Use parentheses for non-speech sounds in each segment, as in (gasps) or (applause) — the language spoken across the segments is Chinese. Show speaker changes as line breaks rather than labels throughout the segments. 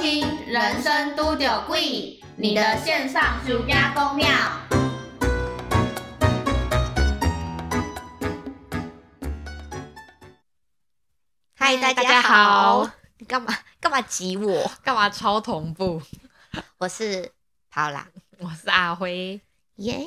听《人生都有贵》，你的线上暑假公庙。
嗨，
嗨
大
大
家
家
好
好！
你干嘛 (laughs) 干嘛挤我？
干嘛超同步？ (laughs)
我是好啦，
我是阿辉。嗯
耶、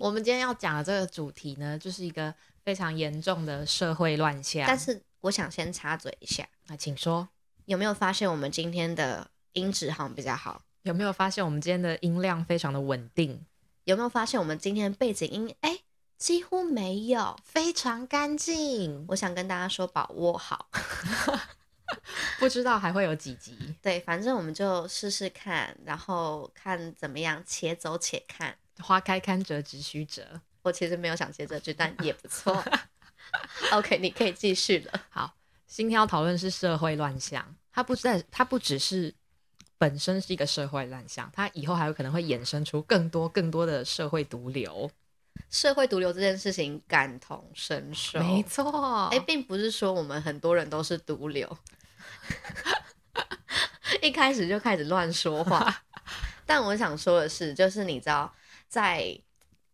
我们今天要讲的这个主题呢，就是一个非常严重的社会乱象。
但是我想先插嘴一下，
啊，请说，
有没有发现我们今天的音质好像比较好？
有没有发现我们今天的音量非常的稳定，
有没有发现我们今天背景音哎、几乎没有？
非常干净？
我想跟大家说，把握好。
不知道还会有几集？
对，反正我们就试试看，然后看怎么样，且走且看。
花开堪折直须折。
我其实没有想接这句，但也不 (laughs) 错。OK，你可以继续了。
今天要讨论是社会乱象，它不在，它不只是本身是一个社会乱象，它以后还有可能会衍生出更多更多的社会毒瘤。
社会毒瘤这件事情感同身受，
没错，
哎、并不是说我们很多人都是毒瘤， (laughs) 一开始就开始乱说
(laughs)
话。但我想说的是，就是你知道，在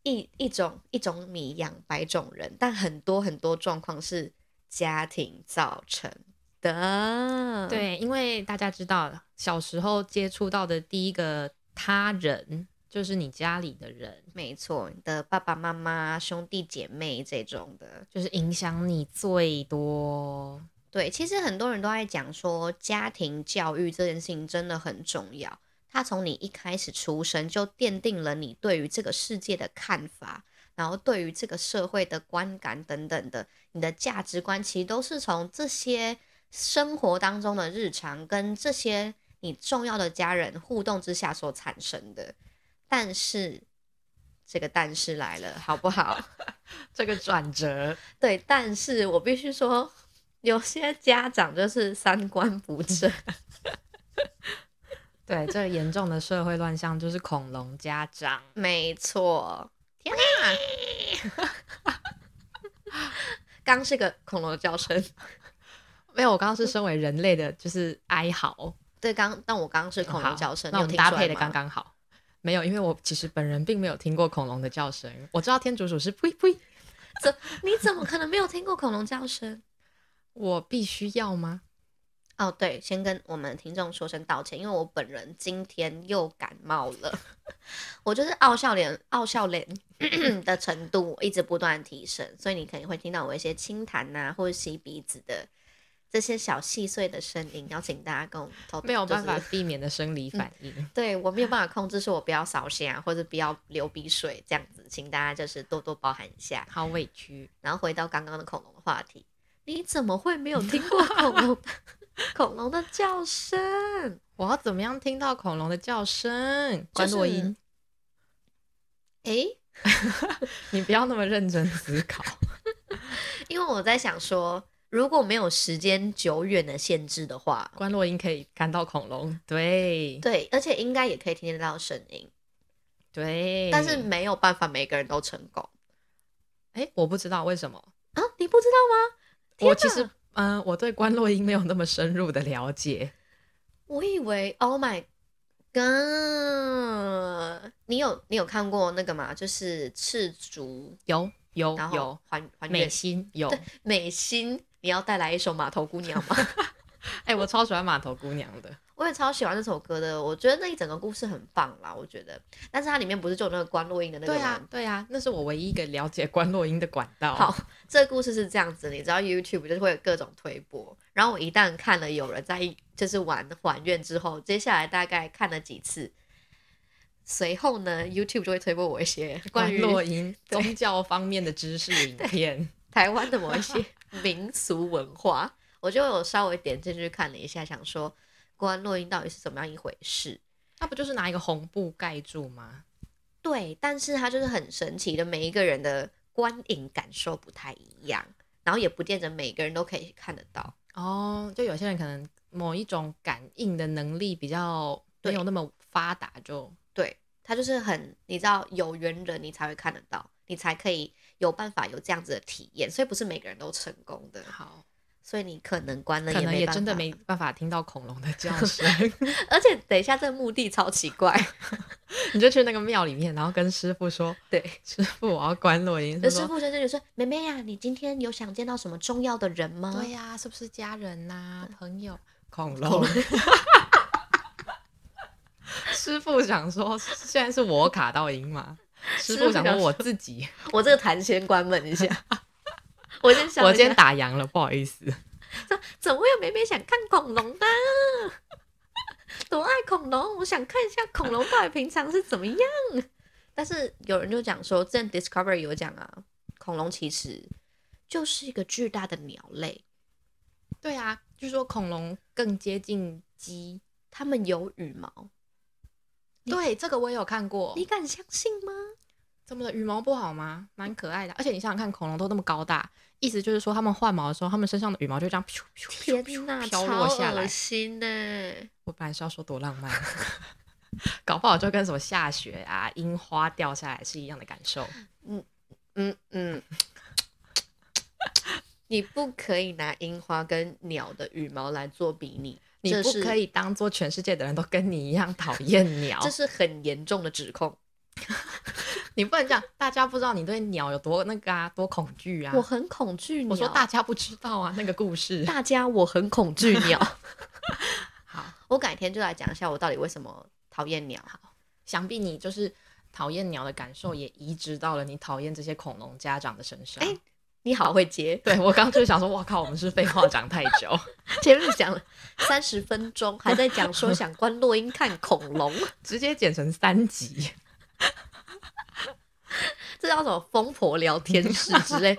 一一种一种米养百种人，但很多很多状况是家庭造成的。，
对，因为大家知道，小时候接触到的第一个他人就是你家里的人，
没错，你的爸爸妈妈、兄弟姐妹这种的。
就是影响你最多。
对，其实很多人都在讲说，家庭教育这件事情真的很重要。它从你一开始出生就奠定了你对于这个世界的看法，然后对于这个社会的观感等等的，你的价值观其实都是从这些生活当中的日常跟这些你重要的家人互动之下所产生的。但是，这个但是来了，好不好？
这个转折，
对，但是我必须说，有些家长就是三观不正。
(laughs)
(laughs)
对，这个严重的社会乱象就是恐龙家长。
没错，天哪！ (laughs) 刚是个恐龙的叫声，
没有，我刚刚是身为人类的，就是哀嚎，
对，刚，但我刚刚是恐龙叫声，
好那
你
我
有听
们搭
出来
配的
吗
刚。刚好。没有，因为我其实本人并没有听过恐龙的叫声，我知道天竺鼠是呸呸，
(laughs) 你怎么可能没有听过恐龙叫声？
我必须要吗？
哦，对，先跟我们听众说声道歉，因为我本人今天又感冒了， (laughs) 我就是傲笑脸、傲笑脸 (coughs) 的程度一直不断提升，所以你可能会听到我一些清痰呐、或者吸鼻子的这些小细碎的声音，邀请大家跟我偷
没有办法
就是
避免的生理反应。
对我没有办法控制，是我不要扫兴啊，或者不要流鼻水这样子，请大家就是多多包涵一下。
好委屈，
然后回到刚刚的恐龙的话题，你怎么会没有听过恐龙的 (laughs) 恐龙的叫声？
我要怎么样听到恐龙的叫声？
就
关
是
洛音，
诶，
你不要那么认真思考。
因为我在想说，如果没有时间久远的限制的话，
(laughs) 关洛音可以看到恐龙，对
对，而且应该也可以听得到声音，
对，
但是没有办法每个人都成功
哎、我不知道为什么，
啊！你不知道吗？天
我其
哪
实嗯、呃我对关洛音没有那么深入的了解。
我以为 Oh my God，你有你有看过那个吗？就是赤足，
有有
然后
有，
还还
美
原
心有， (laughs)
对
哎、
美心，你要带来一首《码头姑娘》吗？ (laughs)
我超喜欢码头姑娘的。
我也超喜欢这首歌的，我觉得那一整个故事很棒啦，我觉得。但是它里面不是就有那个关洛英的那个
对
吗？
啊对啊，那是我唯一一个了解关洛音的管道。
好这个故事是这样子，你知道 YouTube 就是会有各种推播，然后我一旦看了有人在就是玩还愿之后，接下来大概看了几次，随后呢 YouTube 就会推播我一些关
关
于
洛音
对
宗教方面的知识影片，
(laughs) 台湾的某一些 (laughs) 民俗文化，我就有稍微点进去看了一下，想说关落音到底是怎么样一回事。
那不就是拿一个红布盖住吗？
对，但是它就是很神奇的，每一个人的观影感受不太一样，然后也不见得每个人都可以看得到。
哦，就有些人可能某一种感应的能力比较没有
对
那么发达，就
对，它就是很，你知道有缘人你才会看得到，你才可以有办法有这样子的体验，所以不是每个人都成功的。
好。
所以你可能关了
可能
没
也
办
真的
法
没办法听到恐龙的叫 (laughs) 声，
而且等一下，这个墓地超奇
(laughs)
怪。
你就去那个庙里面，然后跟师傅说
对，：“
师傅，我要关录音。”
那师傅先生就说：“妹妹呀、你今天有想见到什么重要的人吗？”
对呀、是不是家人呐、朋友？啊嗯恐龙。师傅想说，现在是我卡到音嘛？师傅想说我自己，
我这个坛先关门一
(laughs)
下。我先想，
我今天，打烊了，不好意思。
怎么会有妹妹想看恐龙的？ (laughs) 多爱恐龙，我想看一下恐龙到底平常是怎么样。但是有人就讲说，之前 Discovery 有讲啊，恐龙其实就是一个巨大的鸟类，
对啊，据说恐龙更接近鸡。
它们有羽毛，
对，这个我也有看过。
你敢相信吗？
怎么了？羽毛不好吗？蛮可爱的。而且你想想看，恐龙都那么高大，意思就是说，它们换毛的时候，它们身上的羽毛就这样 (laughs) 飘飘飘
天哪，超
飘落下来
恶。心呢、
我本来是要说多浪漫，啊 (laughs) 搞不好就跟什么下雪啊、樱花掉下来是一样的感受。
嗯嗯， (laughs) 你不可以拿樱花跟鸟的羽毛来做比拟，
你
这
不
是
可，以当做全世界的人都跟你一样讨厌鸟，
这是很严重的指控。
你不能这样。大家不知道你对鸟有多那个啊，多恐惧啊
我。很恐惧鸟，
我说
(laughs)
大家不知道啊，那个故事。
大家，我很恐惧鸟。
好，
(laughs) 我改天就来讲一下我到底为什么讨厌鸟。
想必你就是讨厌鸟的感受也移植到了你讨厌这些恐龙家长的身上。
哎你好会 (laughs) 接，
对我刚刚就是想说，哇靠，我们是废话讲太久。
前面讲了三十分钟，还在讲说想关落音看恐龙，
(laughs)
(laughs)
直接剪成三集。
这叫什么疯婆聊天室之 (laughs) 类。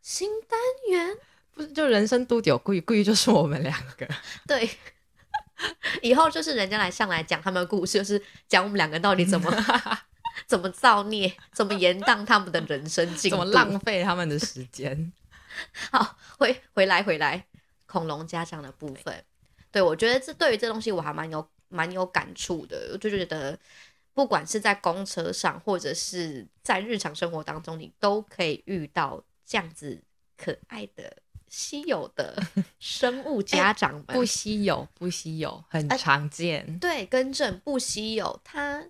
新单元，
不是，就人生都有故意，故意就是我们两个。
对， (laughs) 以后就是人家来上来讲他们的故事，就是讲我们两个到底 (laughs) 怎么怎么造孽，怎么延宕他们的人生进度，
怎么浪费他们的时间？
好，回回来回来，恐龙家长的部分，对我觉得这对于这东西我还蛮有蛮有感触的，我就觉得不管是在公车上，或者是在日常生活当中，你都可以遇到这样子可爱的。稀有的生 (laughs) 物家长们、
(laughs) 不稀有，不稀有，很
哎
常见。
对，更正不稀有，它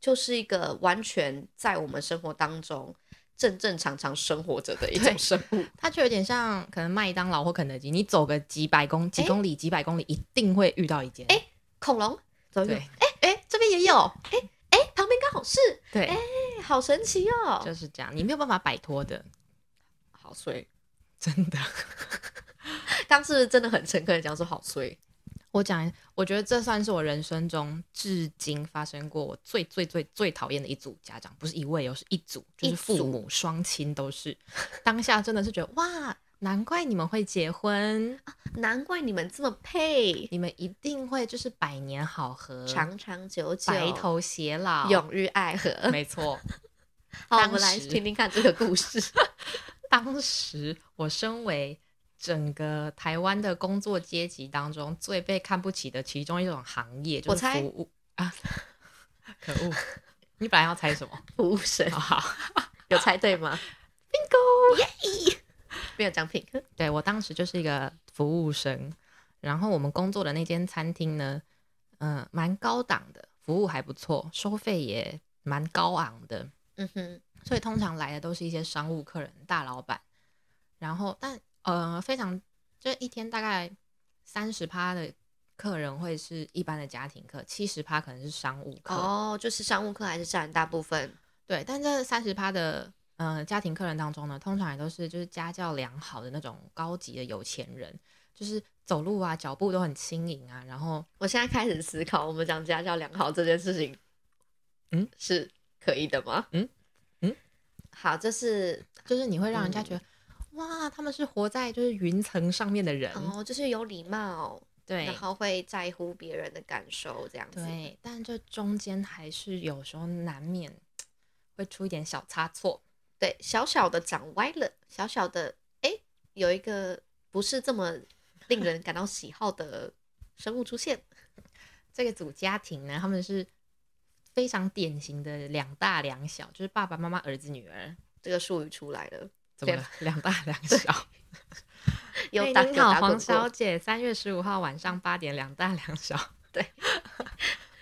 就是一个完全在我们生活当中正正常常生活着的一种
对
生物。
它就有点像可能麦当劳或肯德基，你走个几百公几公里、几百公里，一定会遇到一间。哎，
(laughs) 恐龙，走远，
对
哎哎、这边也有，哎、哎、旁边刚好是，
对，
哎、好神奇哦，
就是这样，你没有办法摆脱的，
好衰。
真的。
刚是不是真的很诚恳的讲说好衰？
我讲，我觉得这算是我人生中至今发生过我最最最最讨厌的一组家长，不是一位哦，是一组，就
一
是父
组
母双亲都是。 (laughs) 当下真的是觉得哇，难怪你们会结婚，
啊难怪你们这么配，
你们一定会就是百年好合，
长长久久，
呃白头偕老，
永浴爱河。
没错。
好，我
当
们来
时
听听看这个故事。
(laughs) 当时我身为整个台湾的工作阶级当中最被看不起的其中一种行业，就
我
是
猜 (laughs)
服务啊， (laughs) 可恶！ (laughs) 你本来要猜什么？ (laughs)
服务生
好好，
有猜对吗？Bingo！耶！没有奖品。
对我当时就是一个服务生，然后我们工作的那间餐厅呢，嗯、蛮高档的，服务还不错，收费也蛮高昂的。
嗯哼，
所以通常来的都是一些商务客人、大老板。然后，但呃，非常就一天大概三十趴的客人会是一般的家庭客，七十趴可能是商务客。
哦，就是商务课还是占大部分。
对，但这三十趴的呃家庭客人当中呢，通常也都是就是家教良好的那种高级的有钱人，就是走路啊、脚步都很轻盈啊，然后
我现在开始思考，我们讲家教良好这件事情，
嗯，
是可以的吗？
嗯嗯，
好，这是
就是你会让人家觉得、哇，他们是活在就是云层上面的人。
哦，就是有礼貌，
对，
然后会在乎别人的感受，这样子。
对，但这中间还是有时候难免会出一点小差错。
对，小小的长歪了，小小的哎，诶有一个不是这么令人感到喜好的生物出现。
这个组家庭呢，他们是非常典型的两大两小，就是爸爸妈妈、儿子、女儿，
这个术语出来了，
怎么
对
了？两大两小，
有
嘿
打
您
有
好，
打滚
黄小
过，
姐，三月十五号晚上八点，两大两小。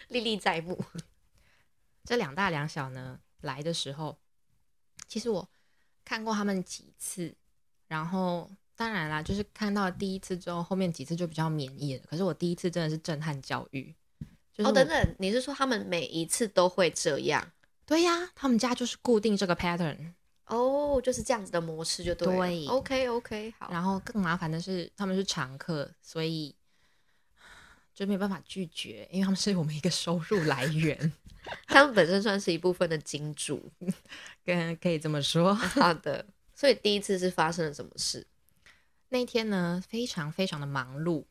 历历在目。
这两大两小呢来的时候，其实我看过他们几次，然后当然啦，就是看到第一次之后，后面几次就比较免疫了。可是我第一次真的是震撼教育，就是
哦，
我
等等，你是说他们每一次都会这样？
对呀、他们家就是固定这个 pattern，
哦，就是这样子的模式就对了。
对
OK OK，好。
然后更麻烦的是他们是常客，所以就没办法拒绝，因为他们是我们一个收入来源， (laughs)
他们本身算是一部分的金主。
跟可以这么说。
好的，所以第一次是发生了什么事？
那天呢，非常非常的忙碌，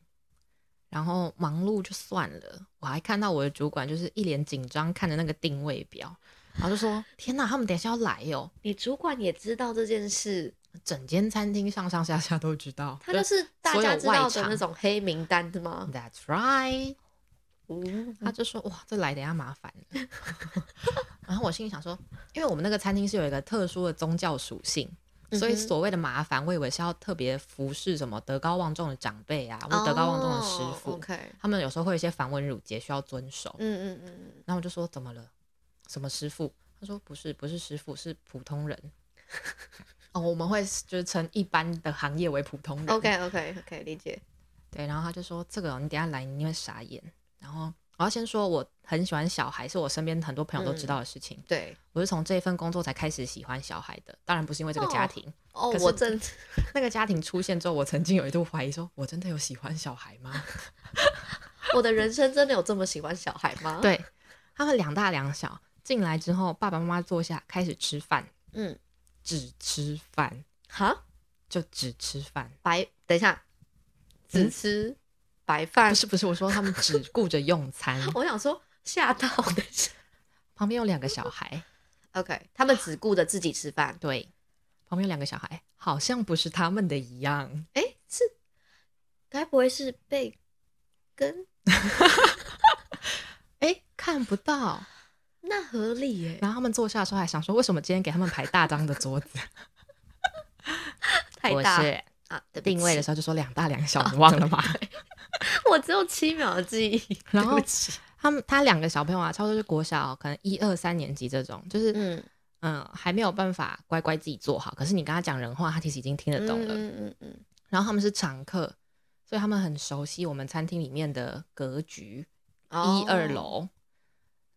然后忙碌就算了，我还看到我的主管就是一脸紧张看着那个定位表，然后就说：“天哪，他们等一下要来哟、
(laughs) 你主管也知道这件事，
整间餐厅上上下下都知道，
他就是大
所有
家知道
外
的
场
那种黑名单的吗？
That's
(laughs)
right。
嗯，
他就说：“哇，这来等一下麻烦了。” (laughs) 然后我心里想说，因为我们那个餐厅是有一个特殊的宗教属性，所以
嗯哼
所谓的麻烦，我以为是要特别服侍什么德高望重的长辈啊，或者德高望重的师
哦
傅。
OK，
他们有时候会有一些繁文缛节需要遵守，
嗯嗯嗯
然后我就说怎么了？什么师傅？他说不是，不是师傅，是普通人。 (laughs) 哦，我们会就是称一般的行业为普通人。
嗯，OK OK OK，理解。
对，然后他就说这个哦、你等一下来你会傻眼。然后我要先说我很喜欢小孩，是我身边很多朋友都知道的事情。
对，
我是从这一份工作才开始喜欢小孩的，当然不是因为这个家庭。 (laughs)
哦
可，是
我真
那个家庭出现之后，我曾经有一度怀疑说，我真的有喜欢小孩吗？
(laughs) 我的人生真的有这么喜欢小孩吗？，
对他们两大两小进来之后，爸爸妈妈坐下开始吃饭，
嗯，
只吃饭，
哈，
就只吃饭。
白，等一下，只
嗯
吃白饭
不，是不是，我说他们只顾着用餐，
(laughs) 我想说吓到，等一下。
旁边有两个小孩，
OK，他们只顾着自己吃饭。
对，旁边有两个小孩，好像不是他们的一样。
哎、是，该不会是被跟？
哎，看不到。
那合理耶、
然后他们坐下的时候还想说，为什么今天给他们排大张的桌子？
太
我
大
是
啊！对不
定位的
起，哦
时候就说两大两小，你忘了吗？
(laughs) 我只有七秒的记忆。
然后
对不起
他们他两个小朋友啊，差不多是国小，可能一二三年级这种，就是嗯
嗯，
还没有办法乖乖自己做好。可是你跟他讲人话，他其实已经听得懂了。
嗯嗯嗯
然后他们是常客，所以他们很熟悉我们餐厅里面的格局，
嗯，
一二
哦，
楼。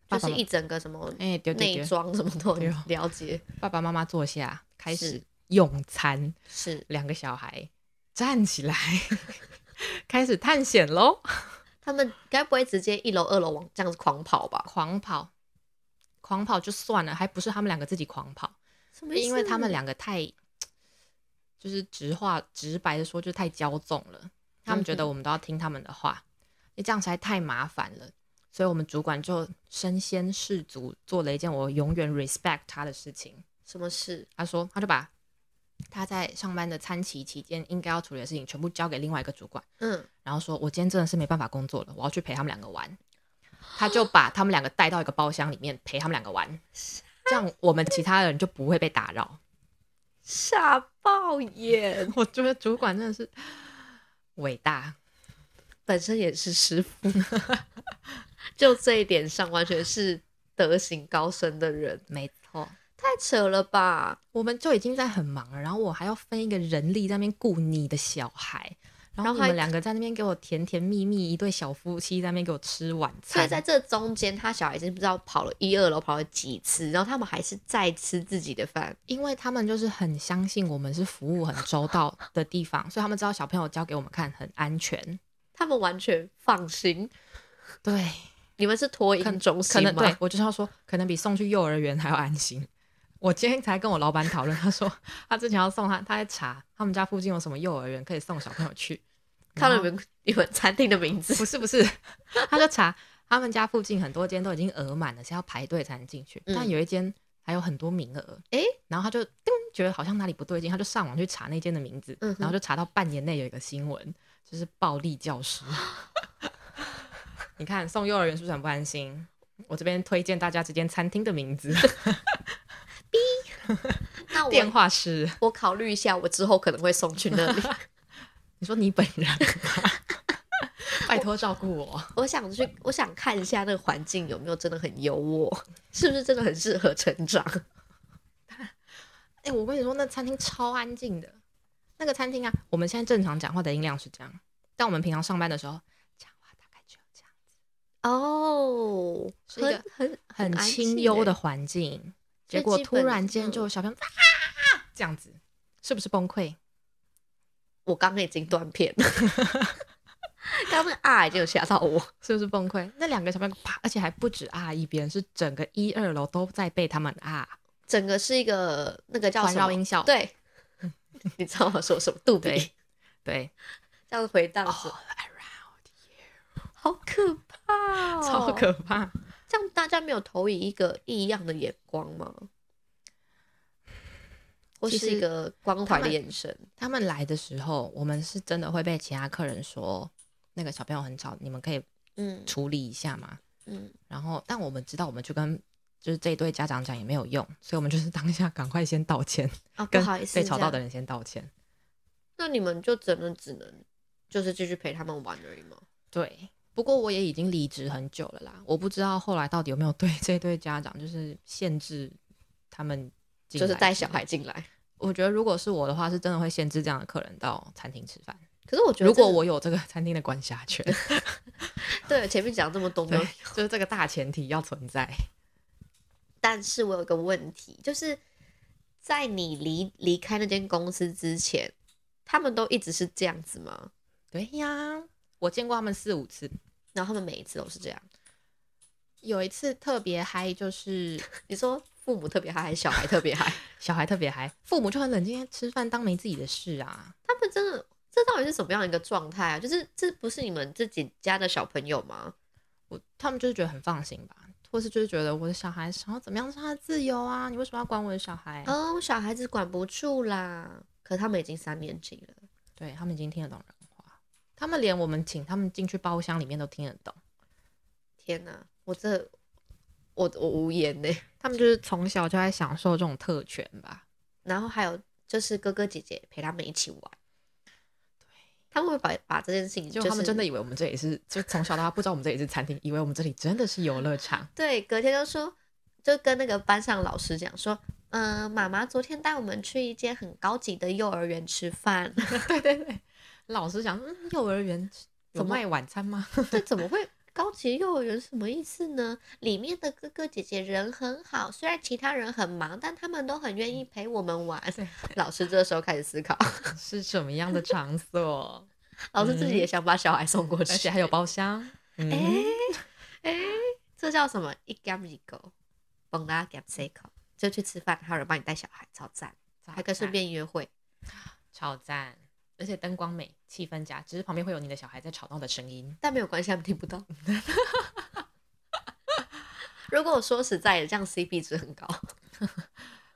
爸
就
爸
是
妈
一整个什么
哎、对对
内
对，
装什么都
对
很
哦
了解，
爸爸妈妈坐下开始
是
用餐，
是
两个小孩站起来 (laughs) 开始探险喽，
他们该不会直接一楼二楼往这样子狂跑吧？
狂跑，狂跑就算了，还不是他们两个自己狂跑，
什么
是
意思？
因为他们两个太，就是直话直白的说，就是太骄纵了。他们觉
嗯
得
哼
我们都要听他们的话，因为这样实在太麻烦了。所以我们主管就身先士卒，做了一件我永远 respect 他的事情。
什么事？
他说，他就把他在上班的餐期期间应该要处理的事情全部交给另外一个主管，
嗯，
然后说：“我今天真的是没办法工作了，我要去陪他们两个玩。”他就把他们两个带到一个包厢里面陪他们两个玩，这样我们其他人就不会被打扰。
傻爆眼，
我觉得主管真的是伟大，
本身也是师傅， (laughs) 就这一点上完全是德行高深的人，
没错。
太扯了吧？
我们就已经在很忙了，然后我还要分一个人力在那边顾你的小孩，然
然后
后你
还
们两个在那边给我甜甜蜜蜜，一对小夫妻在那边给我吃晚
所以
餐。
在这中间，他小孩子不知道跑了一二楼跑了几次，然后他们还是在吃自己的饭。
因为他们就是很相信我们是服务很周到的地方，所以他们知道小朋友交给我们看很
(laughs)
安全。
他们完全放心，
对，
你们是托
可
婴中
可
心吗？
能对我就是要说，可能比送去幼儿园还要安心。我今天才跟我老板讨论，他说他之前要送他，他在查他们家附近有什么幼儿园可以送小朋友去。
看了
然后
你们你们餐厅的名字，
不是不是， (laughs) 他就查他们家附近很多间都已经额满了，是要排队才能进去，
嗯
但有一间还有很多名额。
诶
然后他就叮觉得好像哪里不对劲，他就上网去查那间的名字，
嗯哼
然后就查到半年内有一个新闻，就是暴力教师。 (laughs) 你看送幼儿园是不是很不安心？我这边推荐大家这间餐厅的名
(laughs)
字、
那我
电话是 (laughs)
我考虑一下，我之后可能会送去那里。
你说你本人吗 (laughs) 拜托照顾我。
我想去，我想看一下那个环境有没有真的很优渥，是不是真的很适合成长？
哎、我跟你说，那餐厅超安静的。那个餐厅啊，我们现在正常讲话的音量是这样，但我们平常上班的时候讲话大概只有这样，
哦，
是一个
很
很
安
清
静
幽
欸
的环境。结果
基
突
本
然间
嗯
就有小朋友啊这样子，是不是崩溃？
我刚刚已经断片
(laughs)
了，刚刚那个啊已经有吓到我。
是不是崩溃？那两个小朋友啪，而且还不止啊一边，是整个一二楼都在被他们啊。
整个是一个那个叫
环
什
绕
么
音效嗯
对， (laughs) 你知道我说什么？杜比
对哦对，
这样回荡着
around，
好可怕、哦，
超可怕。
这样大家没有投以一个异样的眼光吗？或
其
是一
实
个关
他
怀的
们
眼神？
他们来的时候，我们是真的会被其他客人说那个小朋友很吵，你们可以
嗯
处理一下嘛。
嗯，
然后，但我们知道，我们去跟就是这一对家长讲也没有用，所以我们就是当下赶快先道 (laughs) 歉，
啊，不
跟
好意思，
被吵
这
到
样
的人先道歉。
那你们就只能只能就是继续陪他们玩而已吗？
对，不过我也已经离职很久了啦，我不知道后来到底有没有对这对家长就是限制他们进
就是
来
带
之
小
类
孩
的。
进来。
我觉得如果是我的话，是真的会限制这样的客人到餐厅吃饭。
可是我觉得
如
这
果
个
我有这个餐厅的管辖权，
对前面讲这么多没有
(laughs) 对，就是这个大前提要存在。
但是我有个问题，就是在你离离开那间公司之前，他们都一直是这样子吗？
对呀，我见过他们四五次，
然后他们每一次都是这样？
有一次特别嗨，就是
你说父母特别嗨，还是小孩特别
(laughs)
嗨？
小孩特别嗨，父母就很冷静，哎吃饭当没自己的事啊。
他们真的，这到底是什么样一个状态啊？就是这不是你们自己家的小朋友吗？
我他们就是觉得很放心吧，或是就是觉得我的小孩想要怎么样是他的自由啊，你为什么要管我的小孩？啊
哦，小孩子管不住啦。可他们已经三年级了，
对他们已经听得懂人话，他们连我们请他们进去包厢里面都听得懂。
天哪，我这我我无言呢。
他们就是从小就在享受这种特权吧。
然后还有就是哥哥姐姐陪他们一起玩，他们会把把这件事情、，
就是他们真的以为我们这里是，就从小到大不知道我们这里是餐厅，以为我们这里真的是游乐场。 (laughs)
对，隔天就说，就跟那个班上老师讲说，嗯、妈妈昨天带我们去一间很高级的幼儿园吃饭， (laughs)
对对对，老师讲，嗯，幼儿园有
怎么
卖晚餐吗？ (laughs)
这怎么会？高级幼儿园什么意思呢？里面的哥哥姐姐人很好，虽然其他人很忙，但他们都很愿意陪我们玩。
对，
老师这时候开始思考，
是什么样的场
(laughs)
所？
老师自己也想把小孩送过
而且
去。
还有包厢。嗯，
哎哎、这叫什么？一干一狗，蹦啊啦干 C 口，就去吃饭，还有人帮你带小孩，超赞，还可以顺便约会。
超赞，而且灯光美，气氛佳，只是旁边会有你的小孩在吵闹的声音。
但没有关系，他们听不到。 (laughs) 如果我说实在的，这样 CP 值很高。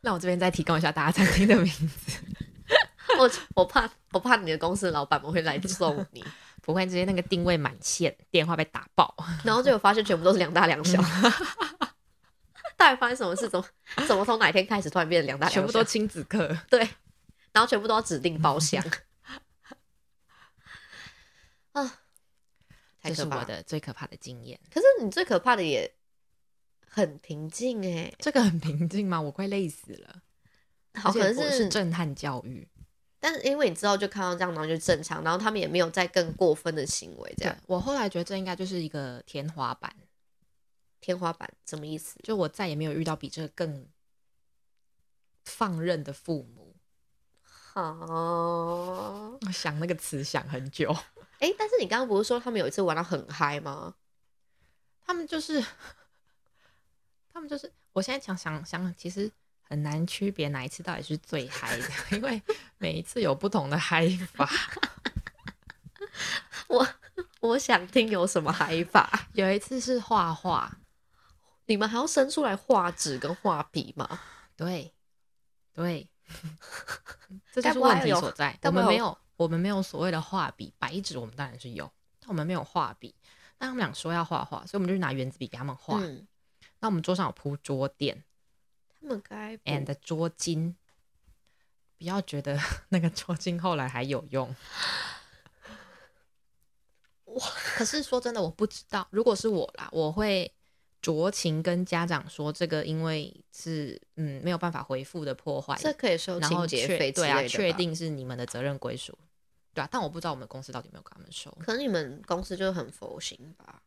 那我这边再提供一下大家餐厅的名字， (laughs)
我我怕我怕你的公司的老板们会来揍你，
不会直接那个定位满线，电话被打爆。
然后结果发现全部都是两大两小。 (laughs) 到底发生什么事？怎么怎么从哪天开始突然变成两大两小？
全部都亲子 (laughs) 课。
对，然后全部都要指定包厢。啊，太
这是
可怕
我
了。
的最可怕的经验。
可是你最可怕的也很平静哎、
这个很平静吗？我快累死了。
好，可
而
能
且我
是
哦是震撼教育。
但是因为你知道，就看到这样，然后就正常，然后他们也没有再更过分的行为，这
对
样
我后来觉得这应该就是一个天花板，
天花板什么意思？
就我再也没有遇到比这个更放任的父母。
好，
我哦想那个词想很久，
哎、但是你刚刚不是说他们有一次玩到很嗨吗？
他们就是，他们就是，我现在想想想，其实很难区别哪一次到底是最嗨的，因 (laughs) 为每一次有不同的嗨法。
我我想听有什么嗨法？
有一次是画画，
(laughs) 你们还要伸出来画纸跟画笔吗？
对，对，这就
该
是
不会
问
还
题
有
所在。
该
我
不会
们没
有
有，我们没有所谓的画笔，白纸我们当然是有，但我们没有画笔。但他们俩说要画画，所以我们就拿圆珠笔给他们画。
嗯，
那我们桌上有铺桌垫
他们该不
and 桌 (laughs) 巾，不要觉得那个桌巾后来还有用，
哇，
可是说真的，我不知道。如果是我啦，我会酌情跟家长说，这个因为是嗯没有办法回复的破坏，
这可以收
然后
清洁
确
费之
对
类的
啊，
吧
确。定是你们的责任归属，对啊。但我不知道我们公司到底有没有跟他们收。
可是你们公司就很佛心吧？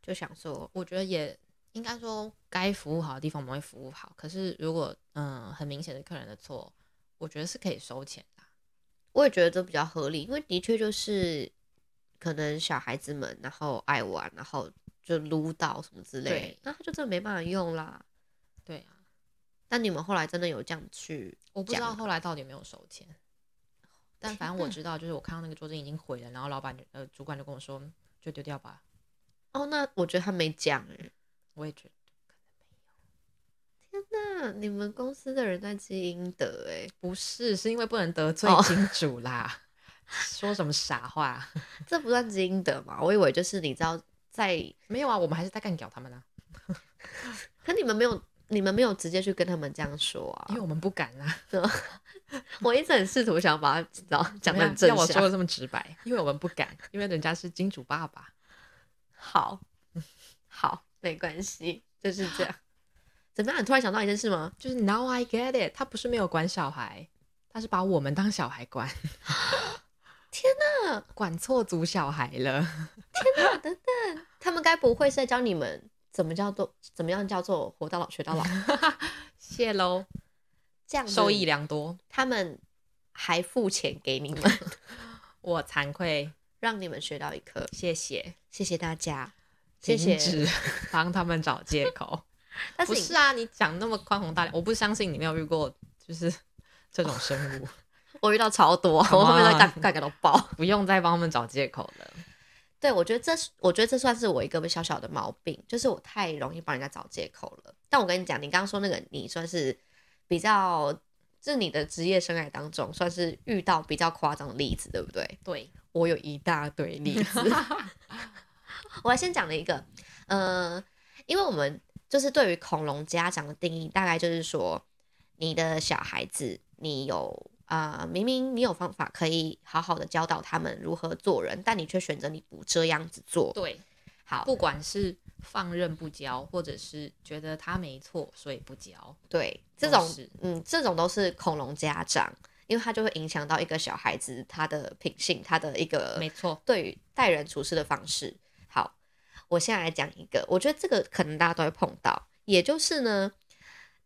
就想说，
我觉得也应该说，该服务好的地方我们会服务好。可是如果嗯很明显是客人的错，我觉得是可以收钱的啊。
我也觉得这比较合理，因为的确就是可能小孩子们然后爱玩，然后就撸到什么之类
对，
那他就真的没办法用啦。
对啊，
但你们后来真的有这样去
我不知
讲
道
吗
后来到底有没有收钱，但反正
天
我
哪
知道，就是我看到那个桌巾已经毁了，然后老板就呃主管就跟我说就丢掉吧，
哦？那我觉得他没讲哎、
我也觉得
那你们公司的人在积阴德哎、
不是，是因为不能得罪
哦
金主啦， (laughs) 说什么傻话？
这不算积阴德嘛？我以为就是你知道在，
没有啊，我们还是在干掉他们啊，
可你们没有，你们没有直接去跟他们这样说啊
因为。我们不敢啊，
我一直很试图想把它知道讲
没
的
有啊
很正
要我说
向。
的这么
(laughs)
直白，因为我们不敢，因为人家是金主爸爸。
好，好，没关系，就是这样。怎么样？你突然想到一件事吗？
就是 now I get it，他不是没有管小孩，他是把我们当小孩管。
(gasps) 天
哪，管错组小孩了。 (laughs)
他们该不会是在教你们怎么叫做怎么样叫做活到老学到老？
谢喽，
(laughs) 这样子
受益良多，
他们还付钱给你们， (laughs)
我惭愧，
让你们学到一课。
谢谢，
谢谢大家，谢谢
(laughs) 停。止帮他们找借口。 (laughs)
但
不
是
是啊，你讲那么宽宏大量，我不相信你没有遇过，就是这种生物，
我遇到超多，
Come
我后面都
on
大大概都爆。
不用再帮他们找借口了。
对，我觉得这是，我觉得这算是我一个小小的毛病，就是我太容易帮人家找借口了。但我跟你讲，你刚刚说那个，你算是比较，就是你的职业生涯当中算是遇到比较夸张的例子，对不对？
(laughs) 对，
我有一大堆例子，
(laughs)
(laughs) 我还先讲了一个，呃，因为我们就是对于恐龙家长的定义，大概就是说，你的小孩子，你有啊、呃明明你有方法可以好好的教导他们如何做人，但你却选择你不这样子做。
对，
好，
不管是放任不教，或者是觉得他没错所以不教，
对，这
都
种
是
嗯，这种都是恐龙家长，因为他就会影响到一个小孩子他的品性，他的一个
没错，
对于待人处事的方式。好，我现在来讲一个，我觉得这个可能大家都会碰到，也就是呢，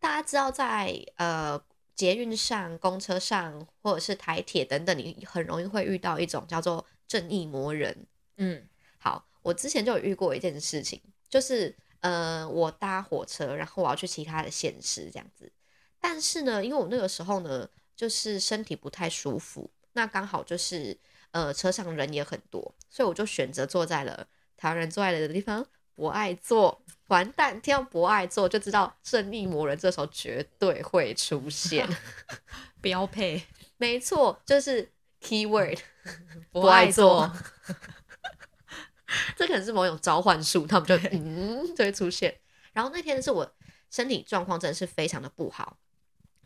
大家知道在呃捷运上、公车上或者是台铁等等，你很容易会遇到一种叫做正义魔人。
嗯，
好，我之前就有遇过一件事情，就是呃，我搭火车，然后我要去其他的县市这样子。但是呢，因为我那个时候呢，就是身体不太舒服，那刚好就是呃车上人也很多，所以我就选择坐在了台湾人坐在的地方，不爱坐。完蛋，听到不爱坐就知道正义魔人这时候绝对会出现。
标配，
没错，就是 keyword。
不
不爱
爱
做
做，
这可能是某种召唤术，他们就嗯就会出现。然后那天是我身体状况真的是非常的不好，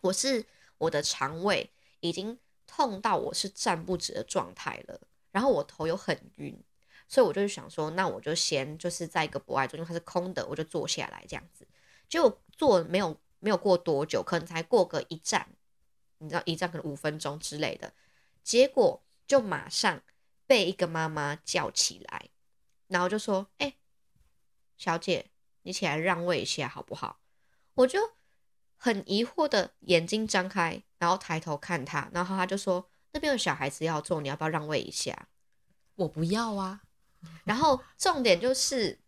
我是我的肠胃已经痛到我是站不直的状态了，然后我头又很晕，所以我就想说，那我就先就是在一个博爱中，因为它是空的，我就坐下来这样子。结果坐没有没有过多久，可能才过个一站，你知道一站可能五分钟之类的，结果就马上被一个妈妈叫起来，然后就说：“哎、小姐，你起来让位一下好不好？”我就很疑惑的眼睛张开，然后抬头看她，然后她就说：“那边有小孩子要坐，你要不要让位一下？”
我不要啊，
然后重点就是，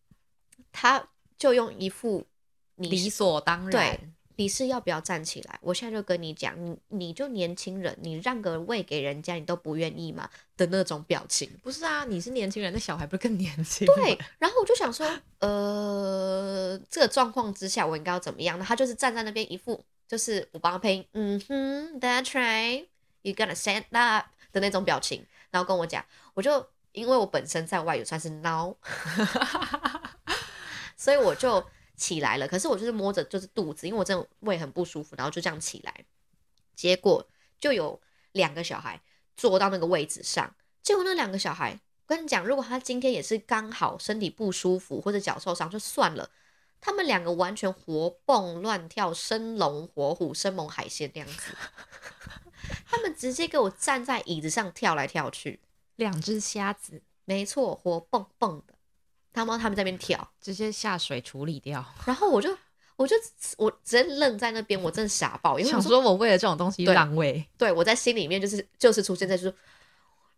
他就用一副你
理所当
对
然，
你是要不要站起来？我现在就跟你讲，你你就年轻人，你让个位给人家，你都不愿意嘛的那种表情。
不是啊，你是年轻人，那小孩不是更年轻？
对，，然后我就想说，呃，这个状况之下，我应该要怎么样呢？他就是站在那边一副，就是我帮他配音，嗯哼，That's right, you gotta stand up 的那种表情，然后跟我讲，我就因为我本身在外语算是孬， (laughs) 所以我就起来了。可是我就是摸着就是肚子，因为我真的胃很不舒服，然后就这样起来。结果就有两个小孩坐到那个位置上，结果那两个小孩跟你讲，如果他今天也是刚好身体不舒服或者脚受伤就算了，他们两个完全活蹦乱跳，生龙活虎，生猛海鲜那样子。他们直接给我站在椅子上跳来跳去，
两只虾子
没错，活蹦蹦的。他们他们在那边跳，
直接下水处理掉，
然后我就我就我直接愣在那边，我真的傻爆，因为我
想说我为了这种东西
对
浪费，
对我在心里面就是就是出现在就是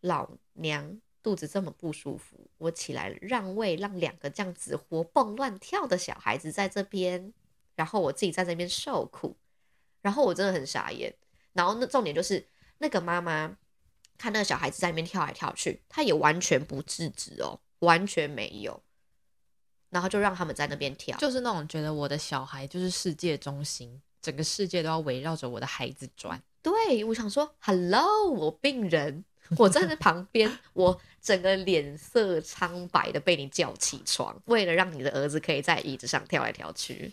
老娘肚子这么不舒服，我起来让位，让两个这样子活蹦乱跳的小孩子在这边，然后我自己在这边受苦，然后我真的很傻眼。然后那重点就是那个妈妈看那个小孩子在那边跳来跳去，她也完全不制止哦，完全没有，然后就让他们在那边跳。
就是那种觉得我的小孩就是世界中心，整个世界都要围绕着我的孩子转。 (laughs)
对，我想说，Hello，我病人，我站在旁边，我整个脸色苍白的被你叫起床，为了让你的儿子可以在椅子上跳来跳去，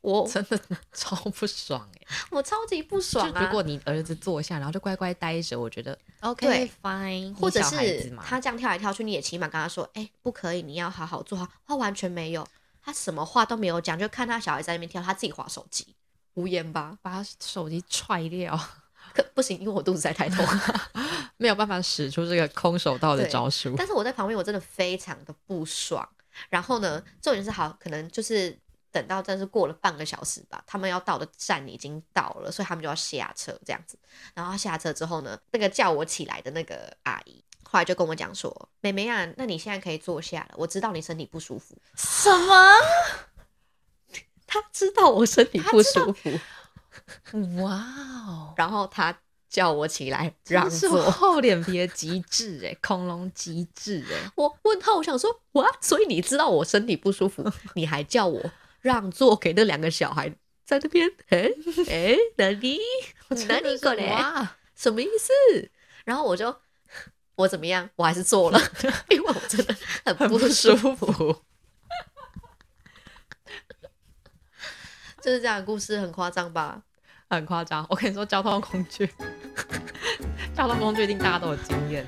我
真的超不爽哎、
我超级不爽
就
啊！
如果你儿子坐下，然后就乖乖待着，我觉得 OK
对
fine，
或者
你小孩子
是
嘛
他这样跳来跳去，你也起码跟他说，哎、不可以，你要好好做好。他完全没有，他什么话都没有讲，就看他小孩在那边跳，他自己划手机，无言吧？
把他手机踹掉，
可不行，因为我肚子在太痛。
没有办法使出这个空手道的
对
招数。
但是我在旁边，我真的非常的不爽。然后呢，重点是好，可能就是等到真是过了半个小时吧，他们要到的站已经到了，所以他们就要下车这样子。然后下车之后呢，那个叫我起来的那个阿姨，后来就跟我讲说：“妹妹啊，那你现在可以坐下了，我知道你身体不舒服。
什么？”
她知道我身体不舒服，
哇哦！
然后她叫我起来让
真是我
座。
厚脸皮的极致哎、恐龙极致哎、
我问号，我想说哇，所以你知道我身体不舒 (laughs) 服，你还叫我让座给那两个小孩在那边？哎哎， (laughs) 哪里哪里过来？
哇！
什么意思？然后我就 (laughs) 我怎么样？我还是做了， (laughs) 因为我真的很
很
不
不
舒
舒
服。
服，
就是这样的故事，很夸张吧？
(laughs) 很夸张。我跟你说，交通工具，交通工具一定大家都有经验。